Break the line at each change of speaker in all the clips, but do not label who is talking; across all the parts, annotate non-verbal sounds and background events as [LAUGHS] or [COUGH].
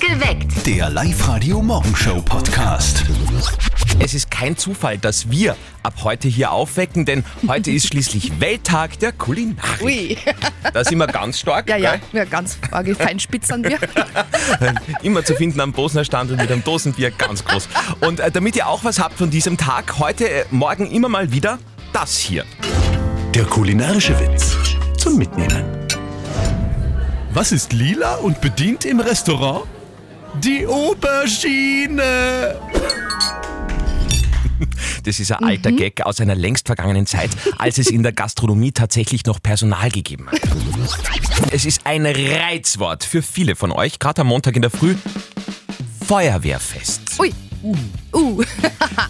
Geweckt.
Der Live-Radio-Morgenshow-Podcast.
Es ist kein Zufall, dass wir ab heute hier aufwecken, denn heute ist
[LAUGHS]
schließlich Welttag der Kulinarik.
Ui.
Da sind wir ganz stark.
[LAUGHS] Ja, ja,
gell?
ja ganz arge Feinspitzern
[LAUGHS]
wir.
Immer zu finden am Bosner Standel mit einem Dosenbier, ganz groß. Und äh, damit ihr auch was habt von diesem Tag, heute äh, Morgen immer mal wieder das hier.
Der kulinarische Witz zum Mitnehmen. Was ist lila und bedient im Restaurant? Die Aubergine!
[LAUGHS] Das ist ein
Mhm.
alter Gag aus einer längst vergangenen Zeit, als es in der Gastronomie tatsächlich noch Personal gegeben hat. Es ist ein Reizwort für viele von euch, gerade am Montag in der Früh. Feuerwehrfest.
Ui. Uh.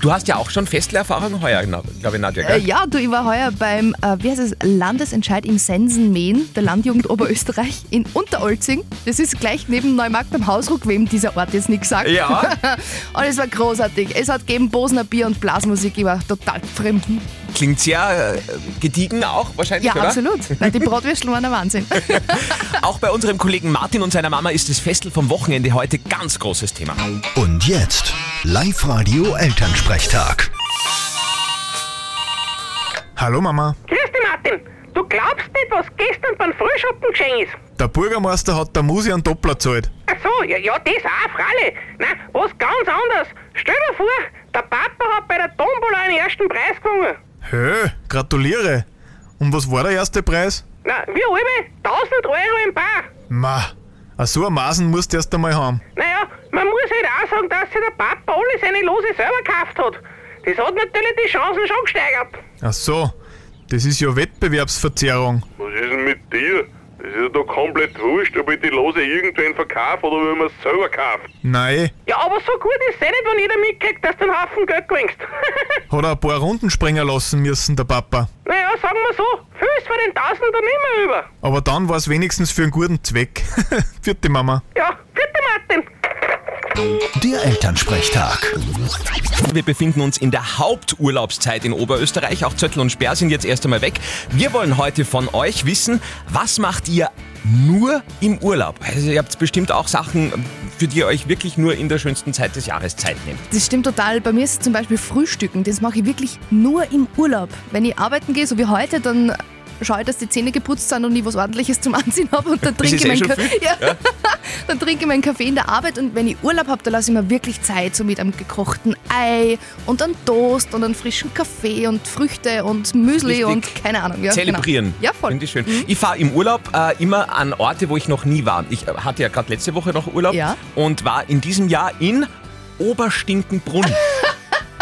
Du hast ja auch schon Festlerfahrung heuer, na- glaube ich, Nadja,
Äh,
gell?
ja, du, ich war heuer beim, äh, wie heißt es, Landesentscheid im Sensenmähen der Landjugend Oberösterreich in Unterolzing. Das ist gleich neben Neumarkt beim Hausruck, wem dieser Ort jetzt nicht sagt.
Ja.
[LAUGHS] Und es war großartig. Es hat gegeben Bosner Bier und Blasmusik. Ich war total fremd.
Klingt sehr äh, gediegen auch wahrscheinlich,
Ja,
oder?
absolut. Weil die Bratwürstel waren
[LAUGHS]
der Wahnsinn.
Auch bei unserem Kollegen Martin und seiner Mama ist das Festel vom Wochenende heute ganz großes Thema.
Und jetzt Live-Radio Elternsprechtag.
Hallo Mama.
Grüß dich, Martin. Du glaubst nicht, was gestern beim Frühschoppen geschehen ist.
Der Bürgermeister hat der Musi einen Doppler gezahlt.
Ach so, ja, ja das auch, Fralle. Nein, was ganz anderes. Stell dir vor, der Papa hat bei der Tombola einen ersten Preis gewonnen.
Hö, gratuliere. Und was war der erste Preis?
Na, wie alle, 1000 Euro im Paar.
Ma, a so ein Masen musst du erst einmal haben.
Naja, man muss halt auch sagen, dass sich der Papa alle seine Lose selber gekauft hat. Das hat natürlich die Chancen schon gesteigert.
Ach so, das ist ja Wettbewerbsverzerrung.
Was ist denn mit dir? Das ist ja doch komplett wurscht, ob ich die Lose irgendwen verkaufe oder wenn man es selber kauft.
Nein,
Ja, aber so gut ist es eh nicht, wenn jeder mitkriegt, dass du einen Haufen Geld gewinnst. [LAUGHS]
hat er ein paar Runden springen lassen müssen, der Papa.
naja, sagen wir so, viel ist für den Tausender nimmer über.
Aber dann war es wenigstens für einen guten Zweck. [LAUGHS] Vierte Mama.
Ja, bitte Martin.
Der Elternsprechtag.
Wir befinden uns in der Haupturlaubszeit in Oberösterreich. Auch Zöttl und Sperr sind jetzt erst einmal weg. Wir wollen heute von euch wissen, was macht ihr nur im Urlaub? Also ihr habt bestimmt auch Sachen, für die ihr euch wirklich nur in der schönsten Zeit des Jahres Zeit nehmt.
Das stimmt total. Bei mir ist es zum Beispiel Frühstücken. Das mache ich wirklich nur im Urlaub. Wenn ich arbeiten gehe, so wie heute, dann schaue ich, dass die Zähne geputzt sind und ich was Ordentliches zum Anziehen habe und dann trinke
ist
ich
eh
meinen
schon
Kaffee.
viel.
Ja. [LAUGHS] Dann trinke ich meinen Kaffee in der Arbeit und wenn ich Urlaub habe, dann lasse ich mir wirklich Zeit, so mit einem gekochten Ei und einem Toast und einem frischen Kaffee und Früchte und Müsli
Richtig.
und keine Ahnung. Ja,
Zelebrieren.
Genau. Ja, voll.
Finde ich schön. Ich fahre im Urlaub äh, immer an Orte, wo ich noch nie war. Ich äh, hatte ja gerade letzte Woche noch Urlaub
Ja.
und war in diesem Jahr in Oberstinkenbrunn.
Ah,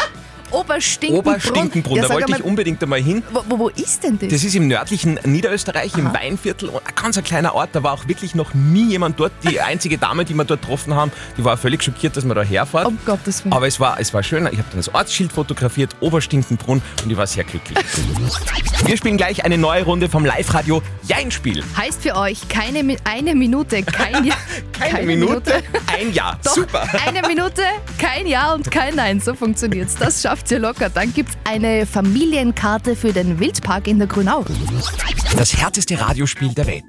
Oberstinkenbrunn.
Oberstinkenbrunn,
Ja,
da
sag
wollte
einmal,
ich unbedingt einmal hin.
wo, wo, wo ist denn das?
Das ist im nördlichen Niederösterreich, im Weinviertel, und ein ganz ein kleiner Ort, da war auch wirklich noch nie jemand dort. Die einzige Dame, die wir dort getroffen haben, die war völlig schockiert, dass man da herfährt.
Um Gottes Willen.
Aber es war, es war schön, ich habe dann das Ortsschild fotografiert, Oberstinkenbrunn, und ich war sehr glücklich. Wir spielen gleich eine neue Runde vom Live-Radio Jein-Spiel.
Heißt für euch keine Mi- eine Minute,
[LAUGHS]
kein Ja.
Eine Minute, ein Jahr.
Doch,
Super.
[LAUGHS] Eine Minute, kein Ja und kein Nein. So funktioniert's. Das schafft ihr locker. Dann gibt's eine Familienkarte für den Wildpark in der Grünau.
Das härteste Radiospiel der Welt.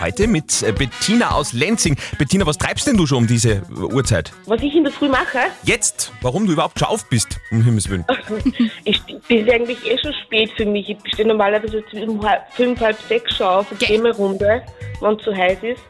Heute mit äh, Bettina aus Lenzing. Bettina, was treibst denn du schon um diese äh, Uhrzeit?
Was ich in der Früh mache,
Jetzt, warum du überhaupt schon auf bist, um Himmels Willen.
ich, das ist eigentlich eh schon spät für mich. Ich stehe normalerweise zwischen halb, fünf, halb sechs schon auf und
Gell.
gehe mal runter, wenn es zu heiß ist.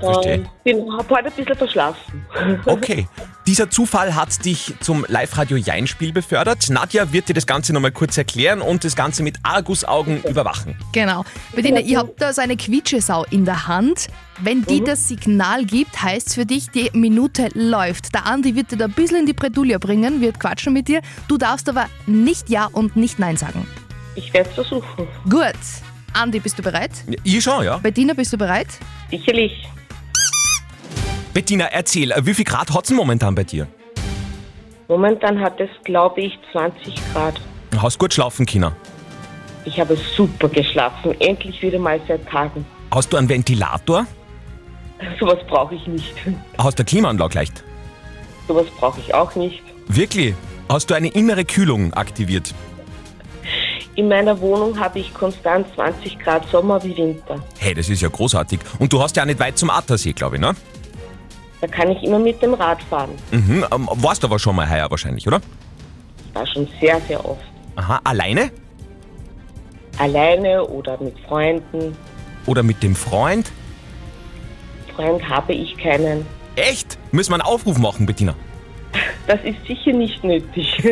verstehe.
Ähm, bin hab heute ein bisschen verschlafen.
Okay, dieser Zufall hat dich zum Live-Radio Jein-Spiel befördert. Nadja wird dir das Ganze nochmal kurz erklären und das Ganze mit Argusaugen überwachen.
Genau. Bettina, ihr habt da so eine Quietschesau in der Hand. Wenn die das Signal gibt, heißt's für dich, die Minute läuft. Der Andi wird dir da ein bisschen in die Bredouille bringen, wird quatschen mit dir. Du darfst aber nicht Ja und nicht Nein sagen.
Ich werde es versuchen.
Gut. Andi, bist du bereit?
Ich schon, ja.
Bettina, bist du bereit?
Sicherlich.
Bettina, erzähl, wie viel Grad hat's denn momentan bei dir?
Momentan hat es, glaube ich, 20 Grad.
Hast gut schlafen können?
Ich habe super geschlafen. Endlich wieder mal seit Tagen. [LAUGHS]
Hast du einen Ventilator?
Sowas brauche ich nicht. [LAUGHS]
Hast du eine Klimaanlage leicht?
Sowas brauche ich auch nicht.
Wirklich? Hast du eine innere Kühlung aktiviert?
In meiner Wohnung habe ich konstant 20 Grad Sommer wie Winter.
Hey, das ist ja großartig. Und du hast ja auch nicht weit zum Attersee, glaube ich, ne?
Da kann ich immer mit dem Rad fahren.
Mhm, ähm, warst aber schon mal heuer wahrscheinlich, oder?
Ich war schon sehr, sehr oft.
Aha, alleine?
Alleine oder mit Freunden.
Oder mit dem Freund?
Freund habe ich keinen.
Echt? Müssen wir einen Aufruf machen, Bettina?
Das ist sicher nicht [LAUGHS] nötig.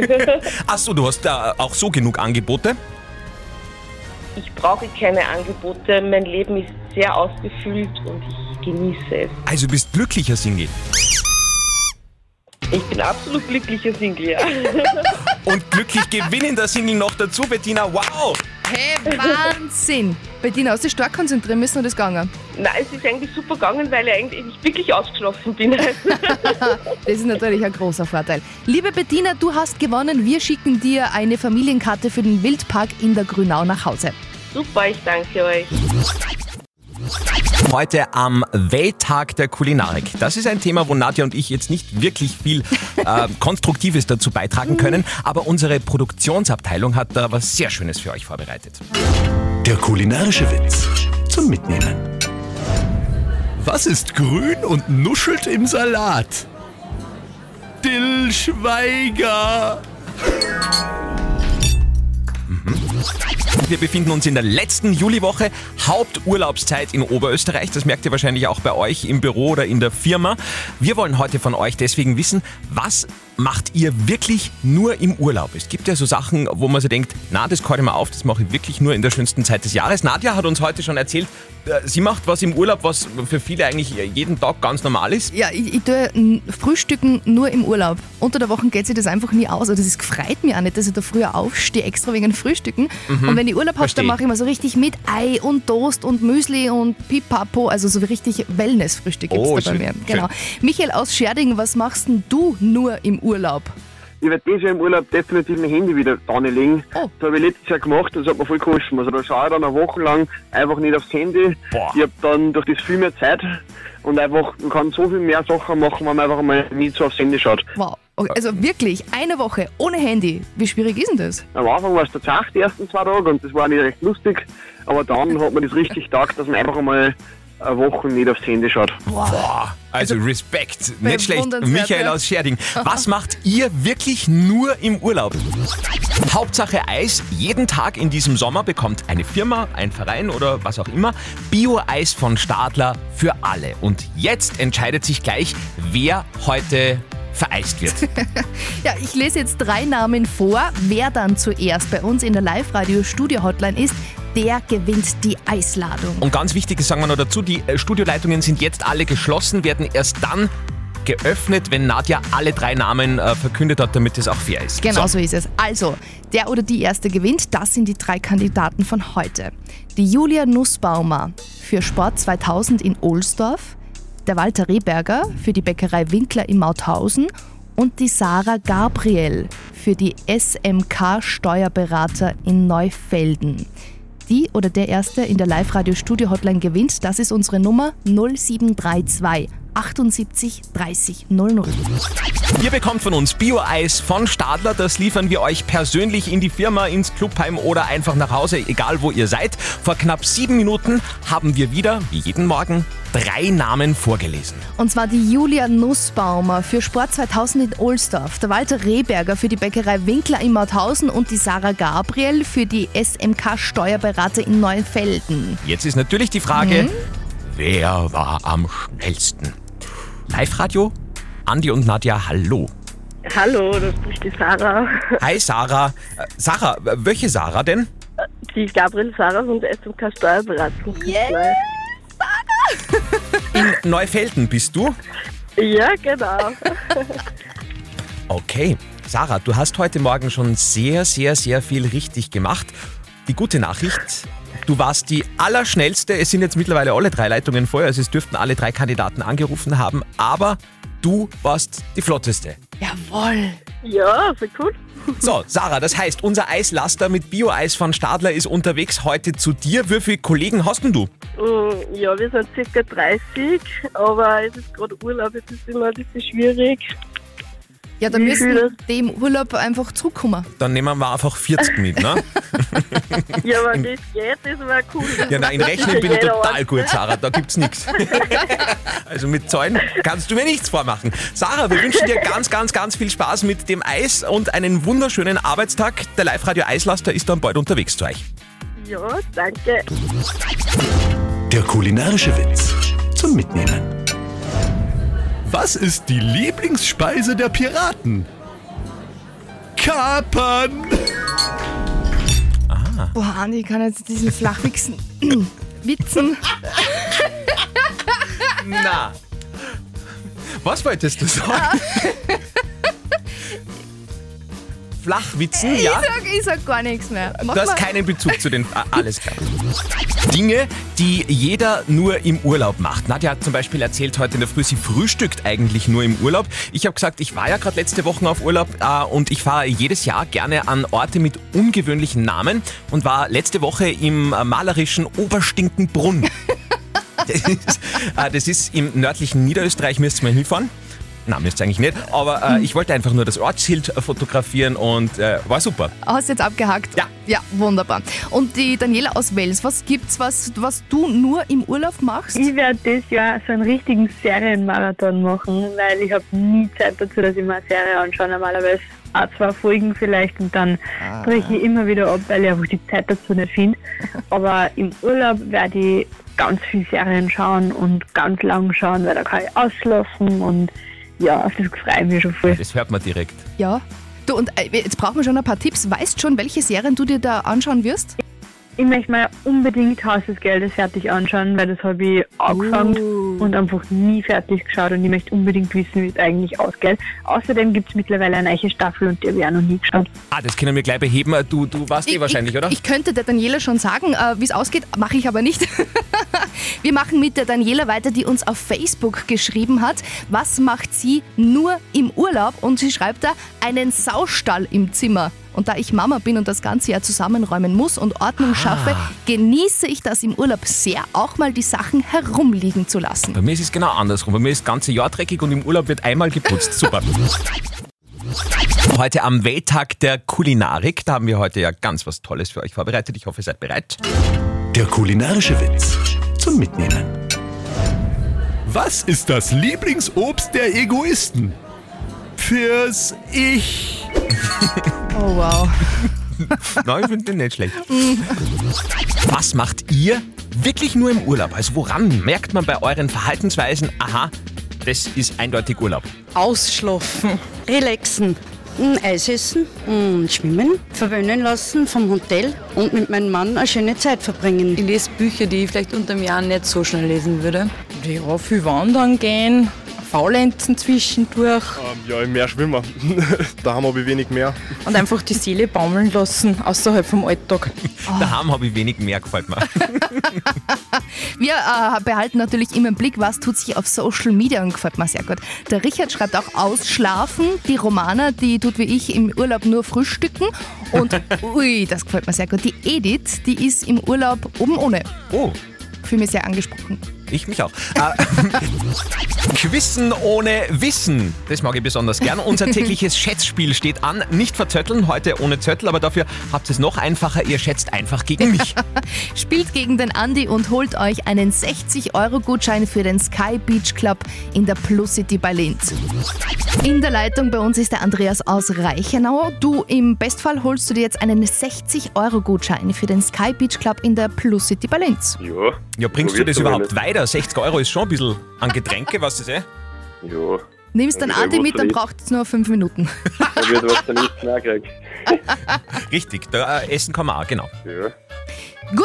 Achso, du hast da auch so genug Angebote?
ich brauche keine Angebote. Mein Leben ist sehr ausgefüllt und ich genieße es.
Also du bist glücklicher Single.
Ich bin absolut glücklicher Single, ja. [LAUGHS]
Und glücklich gewinnender Single noch dazu, Bettina. Wow!
Hey, Wahnsinn! Bettina, hast du dich stark konzentrieren müssen und ist gegangen?
Nein, es ist eigentlich super gegangen, weil ich eigentlich nicht wirklich ausgeschlossen [LAUGHS] bin.
Das ist natürlich ein großer Vorteil. Liebe Bettina, du hast gewonnen. Wir schicken dir eine Familienkarte für den Wildpark in der Grünau nach Hause.
super, ich danke euch.
Heute am Welttag der Kulinarik. Das ist ein Thema, wo Nadja und ich jetzt nicht wirklich viel äh, Konstruktives dazu beitragen können, aber unsere Produktionsabteilung hat da was sehr Schönes für euch vorbereitet.
Der kulinarische Witz zum Mitnehmen. Was ist grün und nuschelt im Salat? Dill Schweiger.
Wir befinden uns in der letzten Juliwoche, Haupturlaubszeit in Oberösterreich. Das merkt ihr wahrscheinlich auch bei euch im Büro oder in der Firma. Wir wollen heute von euch deswegen wissen, was macht ihr wirklich nur im Urlaub? Es gibt ja so Sachen, wo man sich denkt, na, das kann ich mal auf, das mache ich wirklich nur in der schönsten Zeit des Jahres. Nadja hat uns heute schon erzählt, äh, sie macht was im Urlaub, was für viele eigentlich jeden Tag ganz normal ist.
Ja, ich, ich tue n- Frühstücken nur im Urlaub. Unter der Woche geht sich das einfach nie aus. Also das freut mich auch nicht, dass ich da früher aufstehe, extra wegen dem Frühstücken.
Mhm.
Und wenn ich Urlaub habe,
Versteh.
dann mache ich mal so richtig mit Ei und Toast und Müsli und Pipapo. Also so richtig Wellness-Frühstück gibt es
Oh,
da bei
schön,
mir.
schön.
Genau. Michael aus Scherding, was machst denn du nur im Urlaub?
Ich werde dieses Jahr im Urlaub definitiv mein Handy wieder dran legen.
Oh.
Das habe ich letztes Jahr gemacht, das hat mir voll geholfen. Also da schaue ich dann eine Woche lang einfach nicht aufs Handy.
Boah.
Ich habe dann durch das viel mehr Zeit und einfach man kann so viel mehr Sachen machen, wenn man einfach mal nicht so aufs Handy schaut.
Wow. Okay, Also wirklich, eine Woche ohne Handy. Wie schwierig ist denn das?
Am Anfang war es der Tag, die ersten zwei Tage, und das war nicht recht lustig. Aber dann hat man das richtig gedacht, dass man einfach mal eine Woche nicht aufs Handy schaut.
Boah, also, Respekt, nicht schlecht.
bewundernswert,
Michael
ja.
aus Scherding. Was macht ihr wirklich nur im Urlaub? Hauptsache Eis, jeden Tag in diesem Sommer bekommt eine Firma, ein Verein oder was auch immer Bio-Eis von Stadler für alle. Und jetzt entscheidet sich gleich, wer heute vereist
[LAUGHS]
wird.
Ja, ich lese jetzt drei Namen vor. Wer dann zuerst bei uns in der Live-Radio-Studio-Hotline ist, der gewinnt die Eisladung.
Und ganz wichtig, das sagen wir noch dazu, die äh, Studioleitungen sind jetzt alle geschlossen, werden erst dann geöffnet, wenn Nadja alle drei Namen äh, verkündet hat, damit es auch fair ist.
Genau
So.
so ist es. Also, der oder die Erste gewinnt, das sind die drei Kandidaten von heute. Die Julia Nussbaumer für Sport 2000 in Ohlsdorf, der Walter Rehberger für die Bäckerei Winkler in Mauthausen und die Sarah Gabriel für die SMK Steuerberater in Neufelden. Die oder der Erste in der Live-Radio-Studio-Hotline gewinnt, das ist unsere Nummer 0732 78 30 00.
Ihr bekommt von uns Bio-Eis von Stadler. Das liefern wir euch persönlich in die Firma, ins Clubheim oder einfach nach Hause, egal wo ihr seid. Vor knapp sieben Minuten haben wir wieder, wie jeden Morgen, drei Namen vorgelesen.
Und zwar die Julia Nussbaumer für Sport 2000 in Ohlsdorf, der Walter Rehberger für die Bäckerei Winkler in Mauthausen und die Sarah Gabriel für die SMK Steuerberater in Neufelden.
Jetzt ist natürlich die Frage, wer war am schnellsten? Live-Radio, Andi und Nadja, hallo.
Hallo, das ist die Sarah.
Hi Sarah. Äh, Sarah, w- welche Sarah denn?
Die Gabriel Sarah von der SMK Steuerberatung. Yeah.
In Neufelden bist du?
Ja, genau.
Okay. Sarah, du hast heute Morgen schon sehr, sehr, sehr viel richtig gemacht. Die gute Nachricht, du warst die Allerschnellste. Es sind jetzt mittlerweile alle drei Leitungen voll, also es dürften alle drei Kandidaten angerufen haben, aber du warst die Flotteste.
Jawohl.
ja, sehr gut.
So, Sarah, das heißt, unser Eislaster mit Bio-Eis von Stadler ist unterwegs heute zu dir. Wie viele Kollegen hast denn du?
Mm, Ja, wir sind circa 30, aber es ist gerade Urlaub, es ist immer ein bisschen schwierig.
Ja, dann
Wie
müssen
viel?
die im Urlaub einfach zurückkommen.
Dann nehmen wir einfach 40 mit, ne?
Ja, wenn das geht, das wäre cool.
Ja, nein, in Rechnen bin ich total gut, Sarah, da gibt's nichts. Also mit Zäunen kannst du mir nichts vormachen. Sarah, wir wünschen dir ganz, ganz, ganz viel Spaß mit dem Eis und einen wunderschönen Arbeitstag. Der Live-Radio Eislaster ist dann bald unterwegs zu euch.
Ja, danke.
Der kulinarische Witz zum Mitnehmen. Was ist die Lieblingsspeise der Piraten? Kapern!
Boah, Andi, ich kann jetzt diesen [CLEARS THROAT] Flachwichsen. Witzen.
Na. Was wolltest du sagen? Flachwitzen, ja?
Ich, sag, [LAUGHS] ich sag gar nichts mehr. Mach
Du hast
mal.
keinen Bezug
[LAUGHS]
zu den. Ah, Alles klar. Dinge, die jeder nur im Urlaub macht. Nadja hat zum Beispiel erzählt heute in der Früh, sie frühstückt eigentlich nur im Urlaub. Ich habe gesagt, ich war ja gerade letzte Woche auf Urlaub äh, und ich fahre jedes Jahr gerne an Orte mit ungewöhnlichen Namen und war letzte Woche im äh, malerischen
[LAUGHS]
Oberstinkenbrunn. [LAUGHS] das, ist, äh, das ist im nördlichen Niederösterreich, müsst ihr mal hinfahren. Na, müsst ihr eigentlich nicht, aber äh, ich wollte einfach nur das Ortsschild äh, fotografieren und äh, war super.
Hast du jetzt abgehakt?
Ja.
Ja, wunderbar. Und die Daniela aus Wels, was gibt's, was, was du nur im Urlaub machst?
Ich werde das Jahr so einen richtigen Serienmarathon machen, weil ich habe nie Zeit dazu, dass ich mir eine Serie anschaue. Normalerweise auch zwei Folgen vielleicht und dann
Ah.
breche ich immer wieder ab, weil ich einfach die Zeit dazu nicht
[LAUGHS]
finde. Aber im Urlaub werde ich ganz viel Serien schauen und ganz lang schauen, weil da kann ich ausschlafen und ja, auf das freue ich mich schon voll.
Das hört man direkt.
Ja. Du, und äh, jetzt brauchen wir schon ein paar Tipps. Weißt schon, welche Serien du dir da anschauen wirst?
Ich möchte mir unbedingt Haus des Geldes fertig anschauen, weil das habe ich angefangen und einfach nie fertig geschaut und ich möchte unbedingt wissen, wie es eigentlich ausgeht. Außerdem gibt es mittlerweile eine neue Staffel und die habe ich auch noch nie geschaut.
Ah, das können wir gleich beheben. Du, du warst eh wahrscheinlich,
ich,
oder?
Ich könnte der Daniela schon sagen, äh, wie es ausgeht, mache ich aber nicht. [LAUGHS] wir machen mit der Daniela weiter, die uns auf Facebook geschrieben hat. Was macht sie nur im Urlaub? Und sie schreibt da einen Saustall im Zimmer. Und da ich Mama bin und das ganze Jahr zusammenräumen muss und
Ah.
Ordnung schaffe, genieße ich das im Urlaub sehr, auch mal die Sachen herumliegen zu lassen.
Bei mir ist es genau andersrum. Bei mir ist das ganze Jahr dreckig und im Urlaub wird einmal geputzt. Super. Heute am Welttag der Kulinarik. Da haben wir heute ja ganz was Tolles für euch vorbereitet. Ich hoffe, ihr seid bereit.
Der kulinarische Witz zum Mitnehmen. Was ist das Lieblingsobst der Egoisten? Fürs Ich.
[LAUGHS] Oh wow.
[LAUGHS] Nein, ich finde den nicht schlecht. Was macht ihr wirklich nur im Urlaub? Also woran merkt man bei euren Verhaltensweisen, aha, das ist eindeutig Urlaub?
Ausschlafen, relaxen, ein Eis essen und schwimmen, verwöhnen lassen vom Hotel und mit meinem Mann eine schöne Zeit verbringen.
Ich lese Bücher, die ich vielleicht unter dem Jahr nicht so schnell lesen würde. Ja, viel wandern gehen, faulenzen zwischendurch
ja, im Meer schwimmen. Daheim habe ich wenig mehr.
und einfach die Seele baumeln lassen, außerhalb vom Alltag.
Oh.
Daheim habe ich wenig mehr, gefällt mir.
Wir äh, behalten natürlich immer im Blick, was tut sich auf Social Media und gefällt mir sehr gut. Der Richard schreibt auch ausschlafen. Die Romana, die tut wie ich im Urlaub nur frühstücken. Und ui, das gefällt mir sehr gut. Die Edith, die ist im Urlaub oben ohne.
[LAUGHS] Oh,
Fühle mich sehr angesprochen.
Ich mich auch. [LAUGHS] Äh, Quissen ohne Wissen. Das mag ich besonders gern. Unser tägliches Schätzspiel steht an. Nicht vertötteln, heute ohne Zöttel, aber dafür habt ihr es noch einfacher. Ihr schätzt einfach gegen mich.
Spielt gegen den Andi und holt euch einen 60-Euro-Gutschein für den Sky Beach Club in der Plus City bei Linz. In der Leitung bei uns ist der Andreas aus Reichenau. Du, im Bestfall holst du dir jetzt einen 60-Euro-Gutschein für den Sky Beach Club in der Plus City bei Linz.
Ja.
Ja, bringst du das überhaupt weiter? 60 Euro ist schon ein bisschen an Getränke, was ist eh?
Ja,
Nimmst den
Ja, ich
Andi
wusste
mit, dann
nicht.
braucht es nur fünf Minuten.
da wird was dann nicht mehr gekriegt.
Richtig, da äh, essen kann man auch, genau.
Ja.
Gut,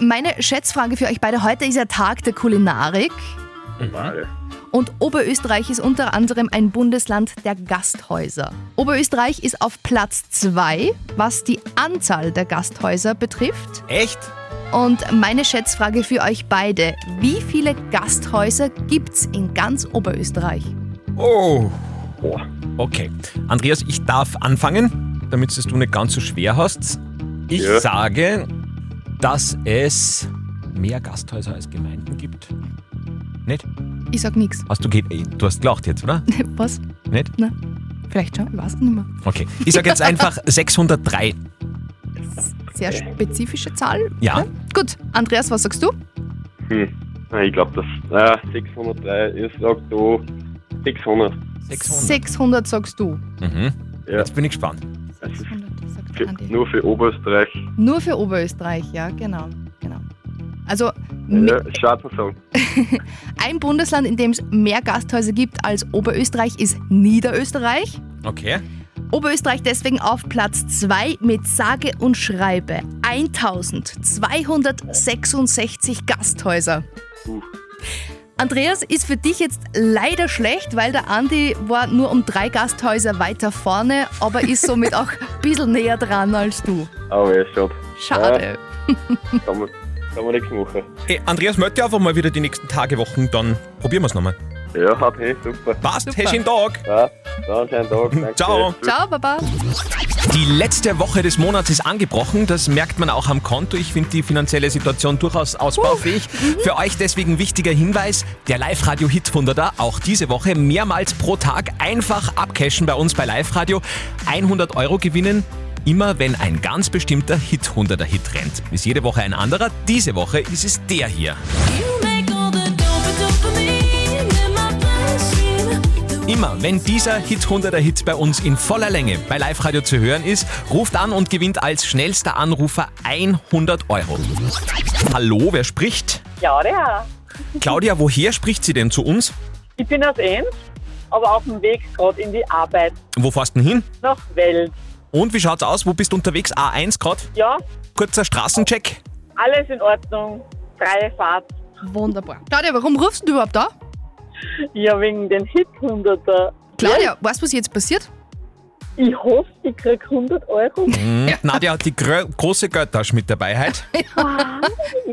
äh, meine Schätzfrage für euch beide. Heute ist ja Tag der Kulinarik.
Warte.
Und Oberösterreich ist unter anderem ein Bundesland der Gasthäuser. Oberösterreich ist auf Platz 2, was die Anzahl der Gasthäuser betrifft.
Echt?
Und meine Schätzfrage für euch beide. Wie viele Gasthäuser gibt's in ganz Oberösterreich?
Oh. Okay. Andreas, ich darf anfangen, damit es du nicht ganz so schwer hast. Ich
Ja.
sage, dass es mehr Gasthäuser als Gemeinden gibt. Nicht?
Ich sag nichts.
Hast du, ge- ey, du hast gelacht jetzt, oder?
[LAUGHS] Was?
Nicht?
Nein. Vielleicht schon, ich weiß es nicht mehr.
Okay. Ich sage jetzt einfach 603.
Sehr spezifische Zahl.
Ja.
Gut, Andreas, was sagst du?
Hm, nein, ich glaube das. Äh, 603, ich sag da 600.
600 sagst du.
Mhm. Jetzt bin ich gespannt.
Für, nur für Oberösterreich.
Nur für Oberösterreich, ja, genau. genau. Also
Ja, schade zu sagen.
ein Bundesland, in dem es mehr Gasthäuser gibt als Oberösterreich, ist Niederösterreich.
Okay.
Oberösterreich deswegen auf Platz 2 mit sage und schreibe 1266 Gasthäuser. Andreas ist für dich jetzt leider schlecht, weil der Andi war nur um drei Gasthäuser weiter vorne, aber ist somit auch [LAUGHS] ein bisschen näher dran als du.
Aber ja, schade.
Schade.
Ja, kann, man, kann man nichts machen.
Ey, Andreas, meld dich einfach mal wieder die nächsten Tage, Wochen, dann probieren wir es nochmal.
Ja, okay, super.
Passt, hast einen Tag.
Ja, dann schönen
[LAUGHS]
Tag. Danke.
Ciao.
Tschüss.
Ciao, Baba.
Die letzte Woche des Monats ist angebrochen, das merkt man auch am Konto. Ich finde die finanzielle Situation durchaus ausbaufähig. Für euch deswegen wichtiger Hinweis, der Live-Radio Hitwunderter, auch diese Woche mehrmals pro Tag einfach abcashen bei uns bei Live-Radio. 100 Euro gewinnen, immer wenn ein ganz bestimmter Hitwunderter Hit rennt. Ist jede Woche ein anderer, diese Woche ist es der hier. Immer, wenn dieser Hit 100er Hit bei uns in voller Länge bei Live Radio zu hören ist, ruft an und gewinnt als schnellster Anrufer 100 Euro. Hallo, wer spricht?
Ja, der.
Claudia, woher spricht sie denn zu uns?
Ich bin aus Enns, aber auf dem Weg gerade in die Arbeit
Wo fährst du denn hin?
nach Wels.
Und wie schaut's aus? Wo bist du unterwegs? A1 grad?
Ja,
Kurzer Straßencheck.
alles in Ordnung. Freie Fahrt.
Wunderbar. Claudia, warum rufst du überhaupt da?
Ja, wegen den Hit 100er.
Claudia, weißt du, was jetzt passiert?
Ich hoffe, ich krieg 100 Euro.
Hm, Nadja hat die grö- große Geldtasche mit dabei heute.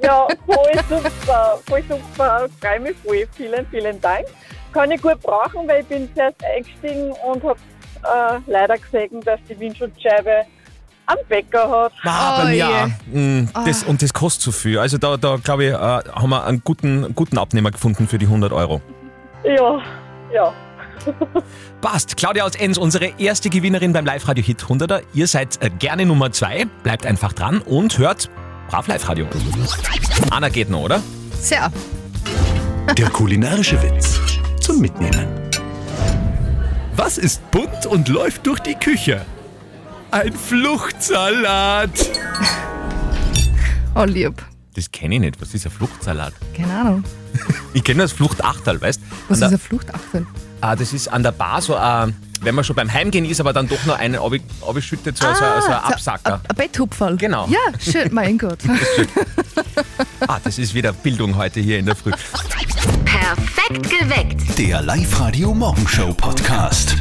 ja, voll super, voll super. Freue mich voll. Vielen, vielen Dank. Kann ich gut brauchen, weil ich bin zuerst eingestiegen und habe äh, leider gesehen, dass die Windschutzscheibe am Bäcker hat.
Ah, bei mir auch. Hm, das,
Ah.
Und das kostet zu viel. Also da, da glaube ich, äh, haben wir einen guten, guten Abnehmer gefunden für die 100 Euro.
Ja, ja.
Passt. Claudia aus Enns, unsere erste Gewinnerin beim Live-Radio Hit 100er. Ihr seid äh, gerne Nummer 2. Bleibt einfach dran und hört brav Live-Radio. Anna geht noch, oder?
Sehr.
Der kulinarische Witz zum Mitnehmen. Was ist bunt und läuft durch die Küche? Ein Fluchtsalat.
Oh, lieb.
Das kenne ich nicht. Was ist ein Fluchtsalat?
Keine Ahnung.
Ich kenne das Fluchtachterl, weißt
Was
An
ist
der-
eine Fluchtachtel?
Ah, das ist an der Bar so, äh, wenn man schon beim Heimgehen ist, aber dann doch noch einen abge- abgeschüttet, so, so,
Ah,
so Also, ein Absacker.
Ah, Ein Betthupferl.
Genau.
Ja, schön,
[LAUGHS]
mein Gott.
Ah, das ist wieder Bildung heute hier in der Früh.
Perfekt geweckt.
Der Live-Radio Morgenshow Podcast.